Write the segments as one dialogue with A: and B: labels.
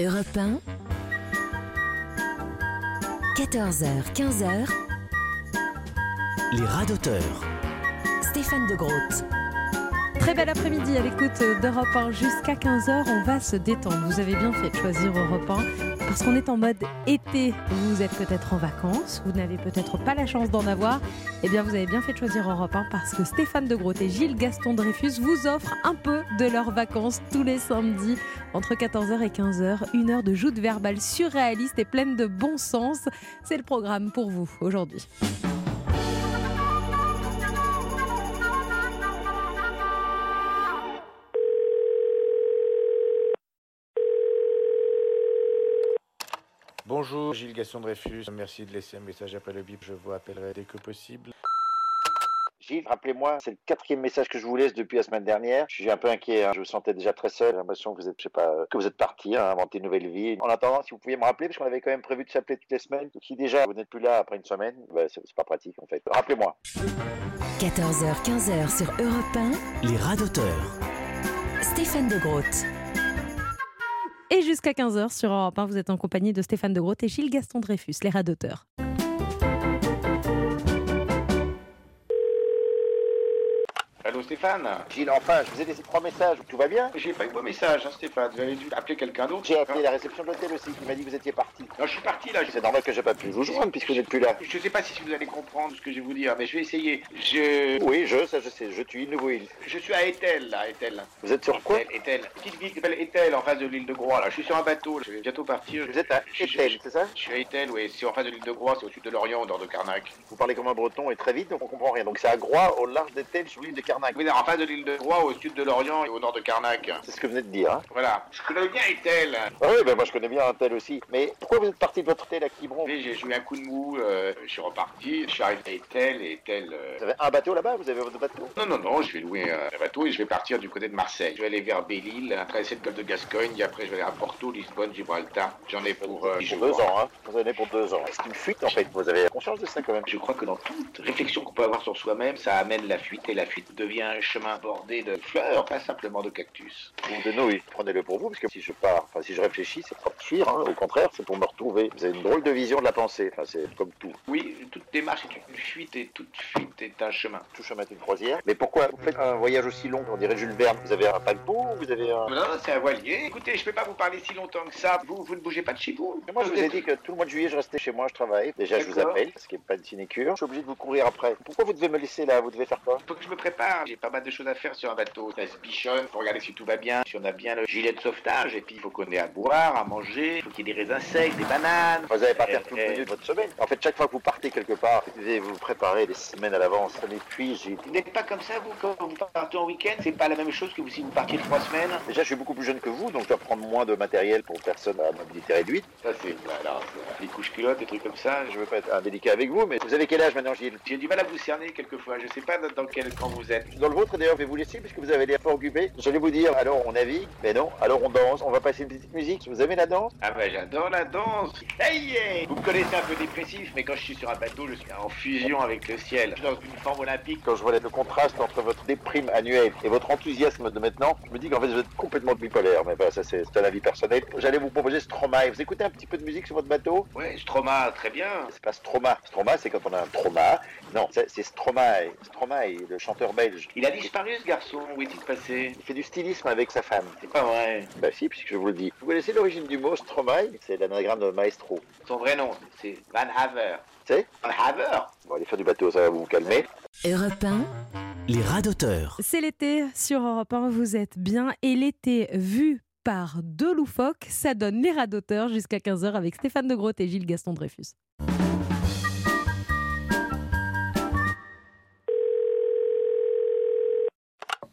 A: Europe 1, 14h, 15h,
B: Les rats d'auteur.
A: Stéphane de Grotte.
C: Très bel après-midi à l'écoute d'Europe 1 jusqu'à 15h. On va se détendre. Vous avez bien fait de choisir Europe 1 parce qu'on est en mode été. Vous êtes peut-être en vacances, vous n'avez peut-être pas la chance d'en avoir. Eh bien, vous avez bien fait de choisir Europe 1 parce que Stéphane de Grotte et Gilles Gaston Dreyfus vous offrent un peu de leurs vacances tous les samedis entre 14h et 15h. Une heure de joute verbale surréaliste et pleine de bon sens. C'est le programme pour vous aujourd'hui.
D: Bonjour, Gilles Gaston Dreyfus. Merci de laisser un message après le bip. Je vous appellerai dès que possible.
E: Gilles, rappelez-moi, c'est le quatrième message que je vous laisse depuis la semaine dernière. Je suis un peu inquiet, hein. je me sentais déjà très seul. J'ai l'impression que vous êtes, je sais pas, euh, que vous êtes parti, hein, inventer une nouvelle vie. En attendant, si vous pouviez me rappeler, parce qu'on avait quand même prévu de s'appeler toutes les semaines. Si déjà vous n'êtes plus là après une semaine, bah, c'est c'est pas pratique en fait. Rappelez-moi.
A: 14h, 15h sur Europe
B: Les rats d'auteur.
A: 1, Stéphane de Grotte.
C: Et jusqu'à 15h sur Europe 1, vous êtes en compagnie de Stéphane de Grotte et Gilles Gaston Dreyfus, les rats d'auteur.
D: Allô, Stéphane
E: Gilles, enfin, je vous ai laissé trois messages. Tout va bien
D: J'ai pas eu vos messages, hein, Stéphane. Vous avez dû appeler quelqu'un d'autre.
E: J'ai appelé la réception de l'hôtel aussi, qui m'a dit que vous étiez parti.
D: Non, je suis parti là.
E: C'est normal que j'ai pas pu vous joindre puisque vous n'êtes plus là.
D: Je sais pas si vous allez comprendre ce que je vais vous dire, mais je vais essayer. Je,
E: Oui, je, ça je sais, je suis nouveau île.
D: je suis à Etel, là, Etel.
E: Vous êtes sur quoi
D: Etel, Etel. Petite ville qui s'appelle Etel, en face de l'île de Groix, là. Je suis sur un bateau, je vais bientôt partir.
E: Vous êtes à
D: Je- je-
E: Etel, c'est ça
D: Je suis à Etel, oui. C'est en face de l'île de Groix, c'est au sud de l'Orient, au nord de Carnac.
E: Vous parlez comme un breton et très vite, donc on comprend rien. Donc c'est à Groix, au large d'Etel, sur l'île de Carnac.
D: Oui, non, en face de l'île de Groix, au sud de l'Orient et au nord de Carnac.
E: C'est ce que vous venez de dire, hein
D: Voilà. Je connais bien Etel.
E: Ah oui, ben moi je connais bien un tel aussi. Mais pourquoi vous êtes parti de votre tel à Quiberon
D: Vous savez, J'ai eu un coup de mou, euh, je suis reparti, je suis arrivé à Etel et Etel. euh,
E: Vous avez un bateau là-bas Vous avez votre bateau
D: Non, non, non, je vais louer un bateau et je vais partir du côté de Marseille. Je vais aller vers Belle-Île, traverser le golfe de Gascogne, et après je vais aller à Porto, Lisbonne, Gibraltar. J'en ai pour. euh,
E: Pour
D: je
E: deux
D: crois-
E: ans, hein Vous en avez pour deux ans. C'est une fuite en fait. Vous avez conscience de ça quand même
D: Je crois que dans toute réflexion qu'on peut avoir sur soi-même, ça amène la fuite et la fuite devient un chemin bordé de fleurs, pas simplement de cactus.
E: Ou de nouilles. Prenez-le pour vous, parce que si je pars, enfin si je réfléchis, c'est pas pour fuir, hein. Au contraire, c'est pour me retrouver. Vous avez une drôle de vision de la pensée. Enfin, c'est comme tout.
D: Oui, toute démarche est une fuite et toute fuite est un chemin.
E: Tout chemin est une croisière. Mais pourquoi vous faites un voyage aussi long On dirait Jules Verne. Vous avez un paquebot Vous avez un.
D: Non, non, c'est un voilier. Écoutez, je peux pas vous parler si longtemps que ça. Vous, vous ne bougez pas de chez vous.
E: Mais moi, je vous ai dit que tout le mois de juillet, je restais chez moi, je travaille. Déjà, je vous
D: D'accord.
E: appelle, ce qui n'est pas une sinécure. Je suis obligé de vous courir après. Pourquoi vous devez me laisser là Vous devez faire quoi
D: Faut que je me prépare, j'ai pas mal de choses à faire sur un bateau. Ça se bichonne, faut regarder si tout va bien, si on a bien le gilet de sauvetage, et puis il faut qu'on ait à boire, à manger, faut qu'il y ait des raisins secs, des bananes.
E: Vous n'allez pas faire
D: Eh,
E: tout le
D: eh.
E: menu de votre semaine. En fait, chaque fois que vous partez quelque part, vous devez vous préparer des semaines à l'avance. Ça m'épuise. j'ai-
D: Vous n'êtes pas comme ça, vous, quand vous partez en week-end, c'est pas la même chose que vous, si vous partiez trois semaines.
E: Déjà, je suis beaucoup plus jeune que vous, donc je dois prendre moins de matériel pour personnes à mobilité réduite.
D: Ça, c'est, voilà, c'est les couches culottes, des trucs comme ça.
E: Je veux pas être indélicat avec vous, mais vous avez quel âge maintenant, Gilles
D: J'ai du mal à vous cerner quelquefois, je sais pas dans dans quel camp vous êtes.
E: Dans le vôtre, d'ailleurs, je vais vous laisser puisque vous avez l'air fort occupé. J'allais vous dire, alors on navigue, mais non, alors on danse, on va passer une petite musique. Vous aimez la danse
D: Ah bah j'adore la danse Hey, yeah Vous me connaissez un peu dépressif, mais quand je suis sur un bateau, je suis en fusion avec le ciel. Je suis dans une forme olympique.
E: Quand je vois le contraste entre votre déprime annuelle et votre enthousiasme de maintenant, je me dis qu'en fait vous êtes complètement bipolaire, mais voilà, ça c'est c'est un avis personnel. J'allais vous proposer Stromae. Vous écoutez un petit peu de musique sur votre bateau
D: Ouais, Stroma, très bien.
E: C'est pas Stromae. Stromae, c'est quand on a un trauma. Non, c'est c'est Stromae. Stromae, le chanteur belge.
D: Il a disparu ce garçon, où est-il passé
E: Il fait du stylisme avec sa femme.
D: C'est pas vrai.
E: Bah si, puisque je vous le dis. Vous connaissez l'origine du mot Stromae C'est l'anagramme de maestro.
D: Son vrai nom, c'est Van Haver.
E: C'est
D: Van Haver
E: Bon, allez faire du bateau, ça va vous calmer.
A: Europe 1,
B: Les rats d'auteur.
C: C'est l'été sur Europe 1, vous êtes bien. Et l'été vu par deux loufoques, ça donne les rats d'auteur jusqu'à 15h avec Stéphane de Grotte et Gilles Gaston Dreyfus.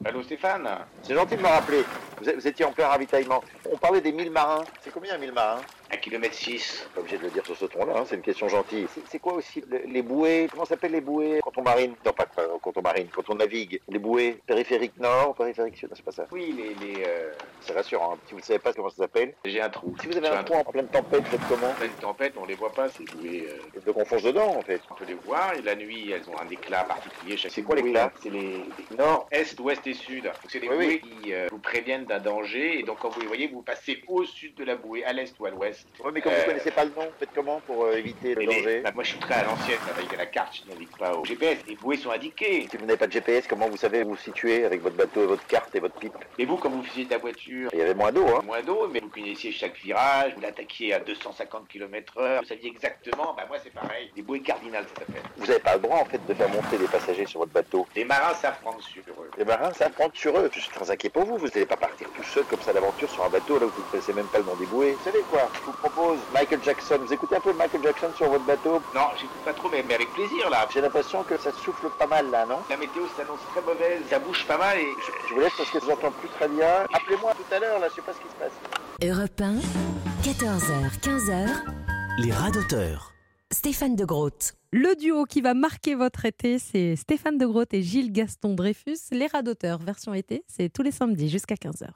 D: Allô Stéphane
E: C'est gentil de me rappeler. Vous, êtes- vous étiez en plein ravitaillement. On parlait des 1000 marins. C'est combien 1000 marins
D: 1 km 6.
E: Pas obligé de le dire sur ce ton-là, hein, c'est une question gentille. C'est- C'est quoi aussi le- les bouées Comment s'appellent les bouées Quand on marine Non, pas quand quand on marine, quand on navigue. Les bouées périphérique nord, périphérique sud, non, c'est pas ça.
D: Oui, les... les euh,
E: C'est rassurant. hein. Si vous ne savez pas comment ça s'appelle,
D: J'ai un trou.
E: si vous avez
D: J'ai
E: un trou en pleine tempête, faites comment
D: En pleine tempête, on les voit pas, c'est doué. euh,
E: Donc on fonce dedans, en fait.
D: on peut les voir, et la nuit, elles ont un éclat particulier.
E: C'est quoi l'éclat
D: C'est les nord, est, ouest et sud. Donc c'est des
E: Oui,
D: bouées qui euh, vous préviennent phénomène d'un danger. Et donc, quand vous les voyez, vous passez au sud de la bouée, à l'est ou à l'ouest.
E: Ouais, mais comme vous
D: Euh,
E: connaissez pas le nom, faites comment pour euh, éviter le
D: Et les-
E: danger
D: bah, moi, je suis très à l'ancienne avec la carte, je n'indique pas au GPS. Les bouées sont indiquées.
E: Si vous n'avez pas de GPS, comment vous savez où vous situer avec votre bateau, votre carte et votre pipe
D: Et vous, quand vous faisiez de la voiture,
E: Il y avait moins d'eau, hein
D: moins d'eau, mais vous connaissiez chaque virage, vous l'attaquiez à 250 km heure, vous saviez exactement, bah moi c'est pareil, des bouées cardinales ça s'appelle.
E: Vous n'avez pas le droit en fait de faire monter des passagers sur votre bateau.
D: Les marins savent prendre sur eux.
E: Les marins, ça prend sur eux. Je suis très inquiet pour vous. Vous n'allez pas partir tout seul comme ça à l'aventure sur un bateau là où vous ne connaissez même pas le nom des bouées. Vous savez quoi Je vous propose Michael Jackson. Vous écoutez un peu Michael Jackson sur votre bateau
D: Non, j'écoute pas trop, mais, mais avec plaisir là.
E: J'ai l'impression que ça souffle pas mal là, non
D: La météo s'annonce très mauvaise, ça bouge pas mal et je-
E: Je vous laisse parce que je vous entends plus très bien. Appelez-moi tout à l'heure là, je sais pas ce qui se passe.
A: Europe 1, 14h, 15h,
B: Les rats d'auteur.
A: Stéphane de Grotte.
C: Le duo qui va marquer votre été, c'est Stéphane de Grotte et Gilles Gaston Dreyfus. Les rats d'auteur, version été, c'est tous les samedis jusqu'à 15h.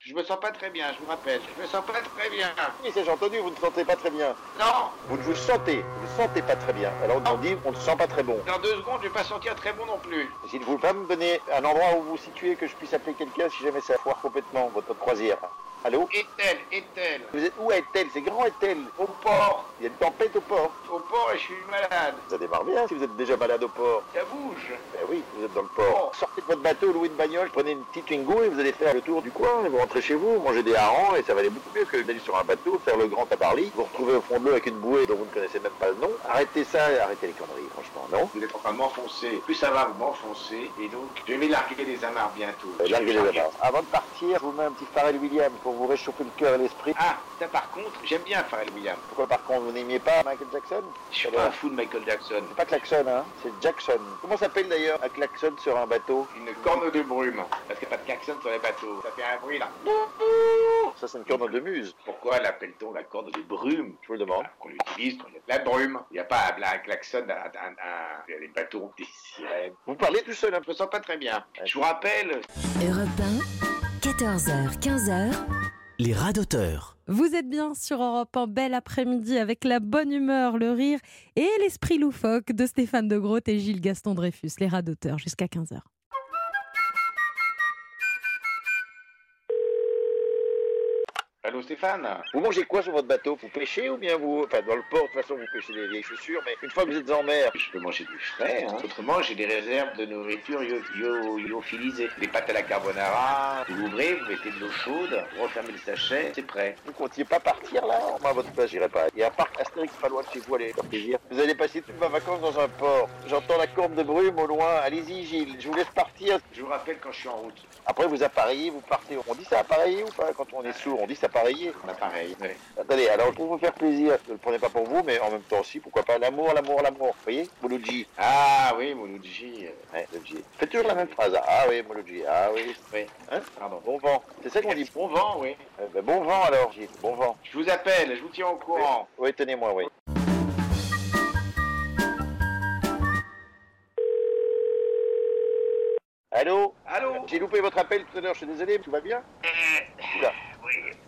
D: je me sens pas très bien, je vous rappelle. Je me sens pas très bien.
E: Oui, ça j'ai entendu, vous ne sentez pas très bien.
D: Non,
E: Vous ne vous sentez, vous ne sentez pas très bien. Alors on dit, on ne sent pas très bon.
D: dans deux secondes, je vais pas sentir très bon non plus.
E: Si vous pouvez pas me donner un endroit où vous vous situez, que je puisse appeler quelqu'un si jamais ça foire complètement votre croisière. Allô
D: Est-elle, est-elle
E: Vous êtes où à Etel C'est grand Etel
D: Au port,
E: Il y a une tempête au port.
D: au port et je suis malade.
E: Ça démarre bien si vous êtes déjà malade au port.
D: Ça bouge.
E: Ben oui, vous êtes dans le port. Sortez de votre bateau, louez une bagnole, prenez une petite Twingo et vous allez faire le tour du coin. Et vous rentrez chez vous, mangez des harengs et ça va aller beaucoup mieux que d'aller sur un bateau, faire le grand tabarly, vous retrouvez au fond de l'eau avec une bouée dont vous ne connaissez même pas le nom. Arrêtez ça, et arrêtez les conneries, franchement, non
D: Vous êtes en train de m'enfoncer. Plus ça va, vous m'enfoncez. Et donc, je vais larguer les amarres bientôt.
E: Euh, Larguez les amarres. Avant de partir, je vous mets un petit Pharrell Williams pour vous réchauffer le cœur et l'esprit.
D: Ah, ça par contre, j'aime bien Pharrell Williams.
E: Pourquoi par contre vous n'aimiez pas Michael Jackson
D: Je suis pas un fou de Michael Jackson.
E: C'est pas Klaxon, hein, c'est Jackson. Comment s'appelle d'ailleurs un Klaxon sur un bateau
D: Une corne de brume. Parce qu'il n'y a pas de klaxon sur les bateaux. Ça fait un bruit là.
E: Ça c'est une corne de muse,
D: Pourquoi l'appelle-t-on la corne de brume
E: je vous le demande.
D: Ah, Qu'on l'utilise quand il y a de la brume. Il n'y a pas un, un klaxon, un, un- un- les bateaux, des sirènes.
E: Vous parlez tout seul, hein
D: Je me sens pas très bien. Je vous rappelle,
A: Europe 1, 14h, 15h,
B: Les rats d'auteur.
C: Vous êtes bien sur Europe en bel après-midi avec la bonne humeur, le rire et l'esprit loufoque de Stéphane de Grotte et Gilles Gaston Dreyfus, les rats d'auteur, jusqu'à 15h.
D: allô Stéphane
E: Vous mangez quoi sur votre bateau Vous pêchez ou bien vous... Enfin, dans le port, de toute façon, vous pêchez des vieilles chaussures, mais une fois que vous êtes en mer...
D: Je peux manger du frais, hein. Autrement, j'ai des réserves de nourriture yo- yo- lyophilisée. Des pâtes à la carbonara, vous l'ouvrez, vous mettez de l'eau chaude, vous refermez le sachet, c'est prêt.
E: Vous comptiez pas partir là Moi, à votre place, j'irai pas. Il y a un parc Astérix pas loin de chez vous, allez, faire plaisir. Vous allez passer toutes vos vacances dans un port. J'entends la corne de brume au loin. Allez-y, Gilles, je vous laisse partir.
D: Je vous rappelle quand je suis en route,
E: Après, vous appareillez, vous partez. On dit ça appareiller ou pas Quand on est sourd, on dit s'appareiller.
D: mon appareil. Ouais.
E: Attendez, alors pour vous faire plaisir, ne le prenez pas pour vous, mais en même temps aussi, pourquoi pas l'amour, l'amour, l'amour. Vous voyez Mouloudji.
D: Ah oui, Mouloudji. euh,
E: Ouais, Mouloudji. Faites toujours la même phrase. Ah oui, Mouloudji. Ah oui.
D: Oui,
E: Hein
D: pardon.
E: Bon vent. C'est ça qu'on dit.
D: Bon vent, oui.
E: Eh ben, bon vent alors, Gilles. Bon vent.
D: Je vous appelle, je vous tiens au courant.
E: Oui, tenez-moi, oui. Allô
D: Allô
E: J'ai loupé votre appel tout à l'heure, je suis désolé, tout va bien
D: Euh,
E: Oula.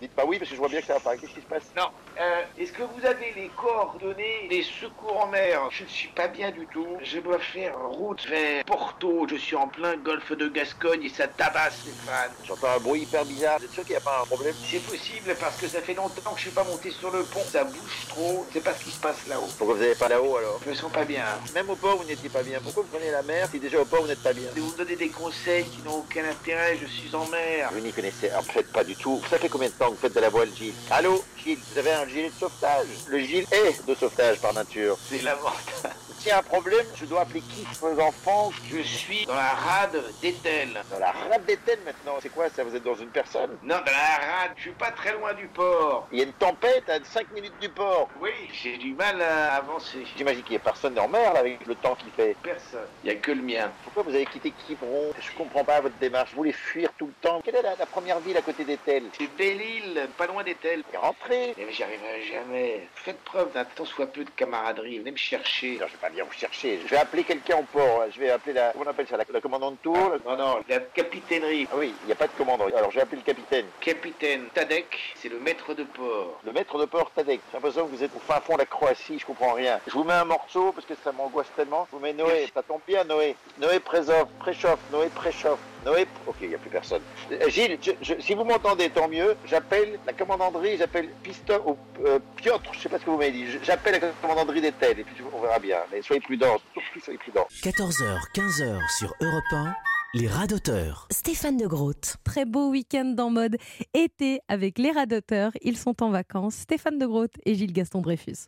E: Dites pas oui parce que je vois bien que ça va pas. Qu'est-ce qui se passe
D: Non, euh, est-ce que vous avez les coordonnées des secours en mer Je ne suis pas bien du tout. Je dois faire route vers Porto. Je suis en plein golfe de Gascogne et ça tabasse les fans.
E: J'entends un bruit hyper bizarre. Vous êtes sûr qu'il n'y a pas un problème
D: C'est possible parce que ça fait longtemps que je suis pas monté sur le pont. Ça bouge trop. C'est pas ce qui se passe là-haut.
E: Pourquoi vous n'allez pas là-haut alors
D: Je me sens pas bien.
E: Même au port, vous n'étiez pas bien. Pourquoi vous prenez la mer si déjà au port, vous n'êtes pas bien
D: Si vous me donnez des conseils qui n'ont aucun intérêt, je suis en mer.
E: Vous n'y connaissez en fait pas du tout. Ça fait combien de temps que vous faites de la voile, Gilles Allô, Gilles, vous avez un gilet de sauvetage. Le gilet est de sauvetage par nature.
D: C'est l'avantage.
E: S'il y a un problème, je dois appeler qui Vos enfants
D: Je suis dans la rade d'Etel.
E: Dans la rade d'Étel maintenant. C'est quoi ça Vous êtes dans une personne
D: Non, dans la rade, je suis pas très loin du port.
E: Il y a une tempête à 5 minutes du port.
D: Oui, j'ai du mal à avancer.
E: J'imagine qu'il n'y a personne en mer là, avec le temps qu'il fait.
D: Personne. Il n'y a que le mien.
E: Pourquoi vous avez quitté Quiberon Je comprends pas votre démarche. Vous voulez fuir tout le temps. Quelle est la, la première ville à côté d'Étel
D: C'est Belle-Île, pas loin Eh, d'Etel.
E: Et rentrez
D: Mais j'y arriverai jamais. Faites preuve d'un tant soit peu de camaraderie. Venez me chercher.
E: Alors, je vais pas vient vous chercher. Je vais appeler quelqu'un au port. Je vais appeler la. Comment on appelle ça La, la commandante de tour
D: Non,
E: la-
D: non, la capitainerie. Oh,
E: Ah oui, il n'y a pas de commandant. Alors j'ai appelé le capitaine.
D: Capitaine Tadek, c'est le maître de port.
E: Le maître de port Tadek. J'ai l'impression que vous êtes au fin fond de la Croatie, je comprends rien. Je vous mets un morceau parce que ça m'angoisse tellement. Je vous mets Noé, ça tombe bien Noé. Noé Présov, Préchoff, Noé Préchoff. Noé, ok, il n'y a plus personne. Euh, Gilles, je- je- si vous m'entendez, tant mieux. J'appelle la commandanterie, j'appelle Piston ou euh, Piotr, je sais pas ce que vous m'avez dit. Je- J'appelle la commandanterie des tels et puis on verra bien. Mais soyez prudents, surtout soyez prudents.
B: 14h, 15h sur Europe 1, les rats d'auteur.
A: Stéphane de Groot.
C: Très beau week-end en mode été avec les rats d'auteur. Ils sont en vacances. Stéphane de Groot et Gilles Gaston Dreyfus.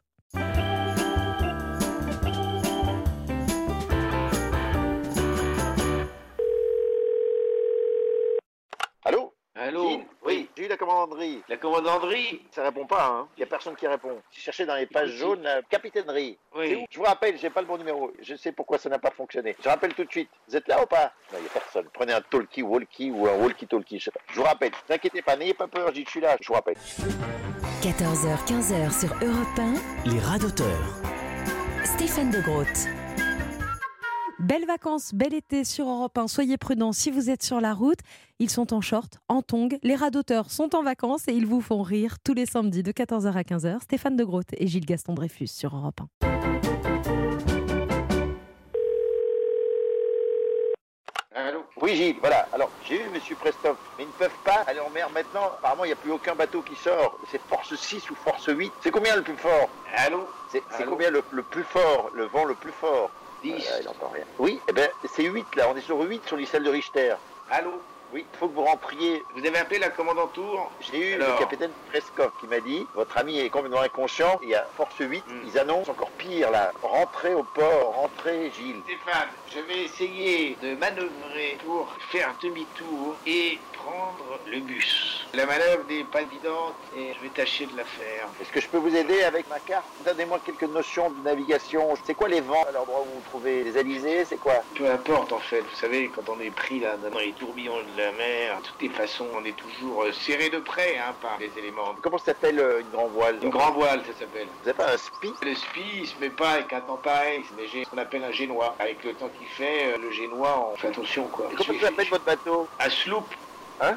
E: Allô
D: Allô
E: Gilles Oui, j'ai eu la commandanterie.
D: La commandanterie
E: Ça répond pas, hein. Il n'y a personne qui répond. J'ai cherché dans les pages
D: Écoute,
E: jaunes la capitainerie. C'est où
D: Oui.
E: Je vous rappelle, j'ai pas le bon numéro. Je sais pourquoi ça n'a pas fonctionné. Je rappelle tout de suite. Vous êtes là ou pas Non, il n'y a personne. Prenez un talkie-walkie ou un walkie-talkie, je sais pas. Je vous rappelle. Ne inquiétez pas, n'ayez pas peur, je dis, je suis là. Je vous rappelle.
A: 14h, 15h sur Europe
B: Les rats d'auteur.
A: 1, Stéphane de Groot.
C: Belles vacances, bel été sur Europe 1. Soyez prudents si vous êtes sur la route. Ils sont en short, en tongs. Les rats d'auteur sont en vacances et ils vous font rire tous les samedis de 14h à 15h. Stéphane de Groot et Gilles Gaston Dreyfus sur Europe 1.
D: Allô
E: Oui, Gilles, voilà. Alors, j'ai eu Monsieur Prestov, mais ils ne peuvent pas aller en mer maintenant. Apparemment, il n'y a plus aucun bateau qui sort. C'est force 6 ou force 8. C'est combien le plus fort
D: Allô
E: C'est c'est
D: Allô
E: combien le, le plus fort Le vent le plus fort
D: 10.
E: Euh, il n'entend rien. Oui, eh ben, c'est 8 là. On est sur 8 sur l'île de Richter.
D: Allô
E: Oui, il faut que vous rentriez
D: Vous avez appelé la commandantour
E: J'ai eu
D: Alors.
E: le capitaine Fresco qui m'a dit Votre ami est complètement inconscient, il y a force 8,
D: Mm.
E: ils annoncent encore pire là. Rentrez au port, rentrez Gilles.
D: Stéphane, je vais essayer de manœuvrer pour faire demi-tour et prendre le bus. La manœuvre n'est pas évidente et je vais tâcher de la faire.
E: Est-ce que je peux vous aider avec ma carte Donnez-moi quelques notions de navigation. C'est quoi les vents à l'endroit où vous trouvez les alizés C'est quoi
D: Peu importe en fait, vous savez, quand on est pris là dans les tourbillons de la mer, de toutes les façons, on est toujours euh, serré de près hein, par les éléments.
E: Comment ça s'appelle euh, une grand voile
D: Une grand voile, ça s'appelle.
E: Vous n'avez pas un spi
D: Le spi, il se met pas avec un temps pareil, mais j'ai ce qu'on appelle un génois. Avec le temps qu'il fait, euh, le génois, on fait attention quoi.
E: Et Comment ça s'appelle votre bateau
D: Un sloop.
E: Hein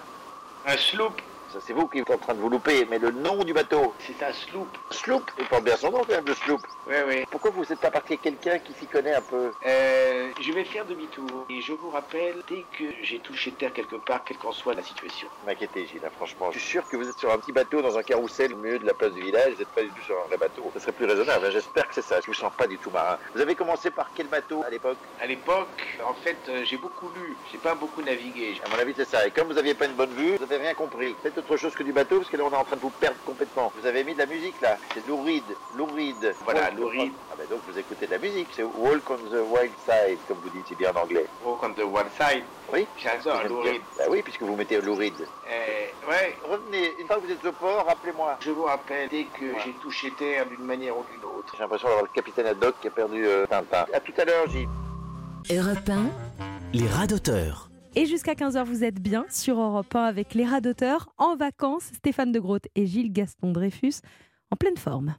D: Un sloop.
E: Ça c'est vous qui êtes en train de vous louper, mais le nom du bateau
D: C'est un sloop.
E: Sloop Il porte bien son nom quand même, le sloop.
D: Ouais, ouais.
E: Pourquoi vous n'êtes pas parti avec quelqu'un qui s'y connaît un peu
D: Euh, je vais faire demi-tour et je vous rappelle dès que j'ai touché terre quelque part, quelle qu'en soit la situation.
E: M'inquiétez, Gilles, là, franchement. Je suis sûr que vous êtes sur un petit bateau dans un carrousel au milieu de la place du village. Vous n'êtes pas du tout sur un vrai bateau. Ce serait plus raisonnable. hein. J'espère que c'est ça. Je vous sens pas du tout marin. Vous avez commencé par quel bateau à l'époque
D: À l'époque, en fait, euh, j'ai beaucoup lu, j'ai pas beaucoup navigué.
E: À mon avis, c'est ça. Et comme vous aviez pas une bonne vue, vous avez rien compris. Faites autre chose que du bateau parce que là, on est en train de vous perdre complètement. Vous avez mis de la musique là. C'est louride, louride.
D: Voilà,
E: Walk on-
D: Louride.
E: Ah ben donc vous écoutez de la musique. C'est Walk on the Wild Side, comme vous dites si bien en anglais.
D: Walk on the one side.
E: Oui.
D: J'adore l'oride.
E: Bah oui, puisque vous mettez louride.
D: Euh, ouais.
E: Revenez. Une fois que vous êtes au port, rappelez-moi.
D: Je vous rappelle dès que
E: Ouais.
D: j'ai touché terre d'une manière ou d'une autre.
E: J'ai l'impression d'avoir le capitaine Haddock qui a perdu euh, Tintin. À tout à l'heure, Gilles.
A: Europe 1,
B: Les rats d'auteur.
C: Et jusqu'à 15h, vous êtes bien sur Europe 1 avec les rats d'auteur en vacances. Stéphane de Groot et Gilles Gaston Dreyfus en pleine forme.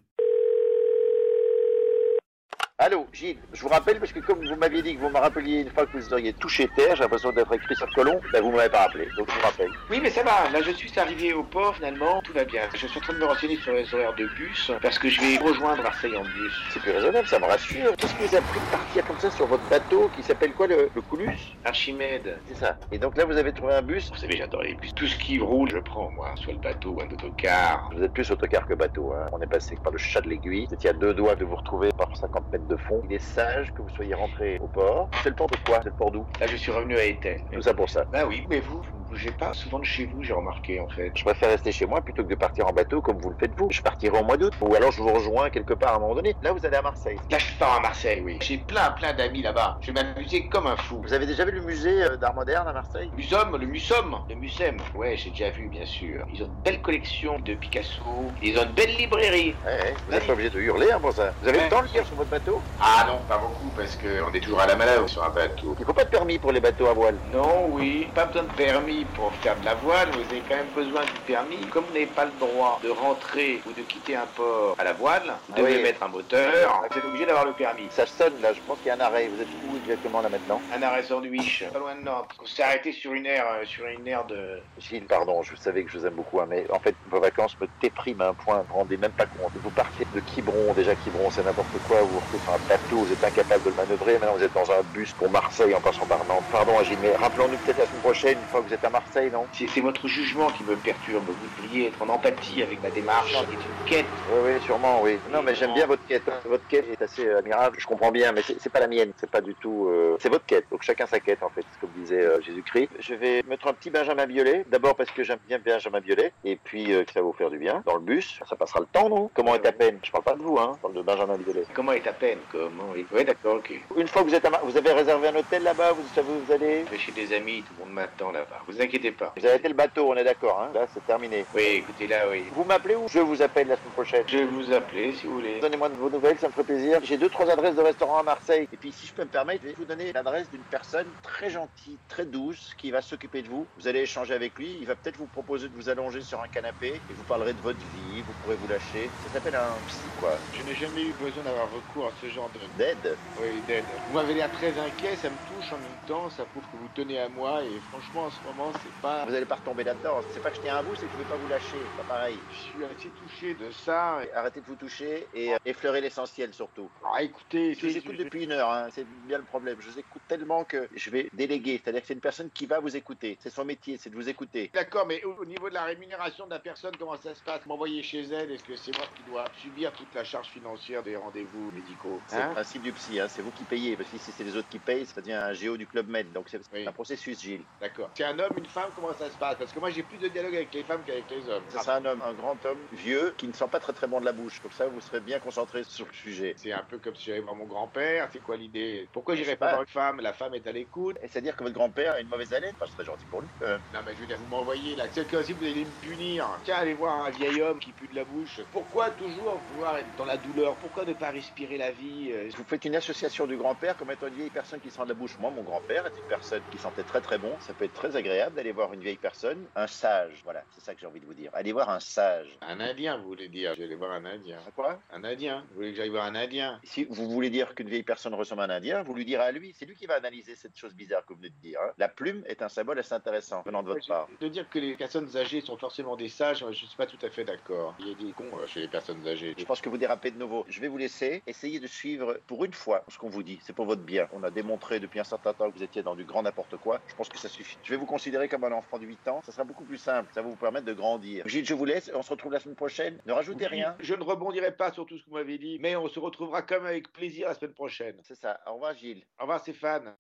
E: Allô, Gilles, je vous rappelle parce que comme vous m'aviez dit que vous me rappeliez une fois que vous auriez touché terre, j'ai l'impression d'être avec Christophe Colomb, ben vous ne m'avez pas rappelé, donc je vous rappelle.
D: Oui, mais ça va. Là, je suis arrivé au port finalement. Tout va bien. Je suis en train de me renseigner sur les horaires de bus parce que je vais rejoindre Marseille en bus.
E: C'est plus raisonnable, ça me rassure. Qu'est-ce qui vous a pris de partir comme ça sur votre bateau qui s'appelle quoi, le, le Coulus
D: Archimède.
E: C'est ça. Et donc là, vous avez trouvé un bus.
D: Vous savez, j'adore les bus. Tout ce qui roule, je prends, moi. Soit le bateau ou un autocar.
E: Vous êtes plus autocar que bateau, hein. on est passé par le chat de l'aiguille, vous étiez à deux doigts de vous retrouver par 50 mètres de fond. Il est sage que vous soyez rentré au port. C'est le port de quoi C'est le port d'où
D: Là, je suis revenu à Étel.
E: Tout ça pour ça.
D: Bah oui, mais vous, vous ne bougez pas souvent de chez vous, j'ai remarqué en fait.
E: Je préfère rester chez moi plutôt que de partir en bateau comme vous le faites vous. Je partirai au mois d'août ou alors je vous rejoins quelque part à un moment donné. Là, vous allez à Marseille.
D: Là, je pars à Marseille, oui. J'ai plein, plein d'amis là-bas. Je vais m'amuser comme un fou.
E: Vous avez déjà vu le musée euh, d'art moderne à Marseille
D: Musom, le Musom, le Musem. Ouais, j'ai déjà vu, bien sûr. Ils ont une belle collection de Picasso. Ils ont une belle librairie.
E: Ouais, ouais. Vous n'êtes pas obligé de hurler hein, pour ça. Vous avez
D: Ouais.
E: le temps de lire sur votre bateau
D: Ah non, pas beaucoup, parce qu'on est toujours à la manœuvre sur un bateau.
E: Il faut pas de permis pour les bateaux à voile.
D: Non, oui, pas besoin de permis. permis pour faire de la voile, vous avez quand même besoin du permis. Comme vous n'avez pas le droit de rentrer ou de quitter un port à la voile, vous
E: Ah
D: devez
E: oui.
D: mettre un moteur, vous êtes obligé d'avoir le permis.
E: Ça sonne là, je pense qu'il y a un arrêt. Vous êtes où exactement là maintenant
D: Un arrêt sandwich, pas loin de Nantes. On s'est arrêté sur une aire, euh, sur une aire de...
E: Gilles, pardon, je savais que je vous aime beaucoup, hein, mais en fait, vos vacances me dépriment à un point, vous vous rendez même pas compte. Vous partez de Quiberon, déjà Quiberon, c'est n'importe quoi, vous vous retrouvez sur un bateau, vous êtes incapable de le manœuvrer, maintenant vous êtes dans un bus pour Marseille en passant par Nantes. Pardon, hein, Gilles, mais rappelons-nous peut-être la semaine prochaine, une fois que vous êtes à Marseille, non
D: C'est c'est votre jugement qui me perturbe. Vous devriez être en empathie avec la démarche. C'est une quête.
E: Oui, oui, sûrement, oui. Non, mais j'aime bien votre quête. hein. Votre quête est assez euh, admirable, je comprends bien, mais c'est c'est pas la mienne, c'est pas du tout. euh, C'est votre quête, donc chacun sa quête, en fait, c'est comme disait euh, Jésus-Christ. Je vais mettre un petit Benjamin Biolay, d'abord parce que j'aime bien Benjamin Biolay, et puis euh, que ça va vous faire du bien. Dans le bus, ça passera le temps, non Comment est à peine Je parle pas de vous, hein, je parle de Benjamin Biolay.
D: Comment est à peine Comment est... Ouais, d'accord, ok.
E: Une fois que vous êtes à Mar- vous avez réservé un hôtel là-bas, vous savez où vous allez
D: Je vais chez des amis, tout le monde m'attend là-bas. Vous inquiétez pas.
E: Vous avez été le bateau, on est d'accord, hein, là c'est terminé.
D: Oui, écoutez, là, oui.
E: Vous m'appelez ou je vous appelle la semaine prochaine
D: Je vais vous appeler si vous voulez.
E: Donnez-moi de vos nouvelles, ça me ferait plaisir. J'ai deux, trois adresses de restaurants à Marseille. Et puis, si je peux me permettre, je vais vous donner l'adresse d'une personne très gentille, très douce, qui va s'occuper de vous. Vous allez échanger avec lui. Il va peut-être vous proposer de vous allonger sur un canapé et vous parlerez de votre vie. Vous pourrez vous lâcher. Ça s'appelle un psy, quoi.
D: Je n'ai jamais eu besoin d'avoir recours à ce genre de
E: D'aide.
D: oui, d'aide. Vous m'avez l'air très inquiet, ça me touche en même temps, ça prouve que vous tenez à moi et franchement en ce moment c'est pas...
E: Vous allez pas retomber là-dedans. C'est pas que je tiens à vous, c'est que je veux pas vous lâcher. C'est pas pareil.
D: Je suis assez touché de ça. et-
E: Arrêtez de vous toucher et euh, effleurez l'essentiel surtout.
D: Ah, écoutez,
E: Je vous écoute depuis une heure, hein. c'est bien le problème. Je vous écoute tellement que je vais déléguer, c'est-à-dire que c'est une personne qui va vous écouter. C'est son métier, c'est de vous écouter.
D: D'accord, mais au au niveau de la rémunération de la personne, comment ça se passe M'envoyer chez elle, est-ce que c'est moi qui dois subir toute la charge financière des rendez-vous médicaux
E: C'est le principe du psy, hein. c'est vous qui payez, parce que si c'est les autres qui payent, ça devient un géo du Club Med, donc c'est
D: Oui.
E: un processus, Gilles.
D: D'accord. C'est un homme, une femme, comment ça se passe Parce que moi j'ai plus de dialogue avec les femmes qu'avec les hommes.
E: Ça, C'est un homme, un grand homme, vieux, qui ne sent pas très très bon de la bouche, comme ça vous serez bien concentré sur le sujet.
D: C'est un peu comme si j'allais voir mon grand-père, c'est quoi l'idée Pourquoi
E: Je
D: j'irais
E: sais
D: pas
E: pas.
D: voir une femme La femme est à l'écoute.
E: Et C'est-à-dire que votre grand-père a une mauvaise haleine, pas très gentil pour lui. Euh,
D: Non mais je veux dire, vous m'envoyez là, c'est comme si vous allez me punir. Tiens, allez voir un vieil homme qui pue de la bouche. Pourquoi toujours vouloir être dans la douleur Pourquoi ne pas respirer la vie euh,
E: vous faites une association du grand-père comme étant une vieille personne qui sent de la bouche. Moi, mon grand-père est une personne qui sentait très très bon. Ça peut être très agréable d'aller voir une vieille personne, un sage. Voilà, c'est ça que j'ai envie de vous dire. Allez voir un sage.
D: Un indien, vous voulez dire Je vais aller voir un indien.
E: Quoi
D: Un indien Vous voulez que j'aille voir un indien
E: Si vous voulez dire qu'une vieille personne ressemble à un indien, vous lui direz à lui, c'est lui qui va analyser cette chose bizarre que vous venez de dire. hein. La plume est un symbole assez intéressant venant de votre part.
D: De dire que les personnes âgées sont forcément des sages, je ne suis pas tout à fait d'accord. Il y a des cons euh, chez les personnes âgées.
E: Je pense que vous dérapez de nouveau. Je vais vous laisser. Essayez de suivre pour une fois ce qu'on vous dit. C'est pour votre bien. On a démontré depuis un certain temps que vous étiez dans du grand n'importe quoi. Je pense que ça suffit. Je vais vous considérer comme un enfant de 8 ans. Ça sera beaucoup plus simple. Ça va vous permettre de grandir. Gilles, je vous laisse. On se retrouve la semaine prochaine. Ne rajoutez rien.
D: Je ne rebondirai pas sur tout ce que vous m'avez dit, mais on se retrouvera quand même avec plaisir la semaine prochaine.
E: C'est ça. Au revoir, Gilles.
D: Au revoir Stéphane.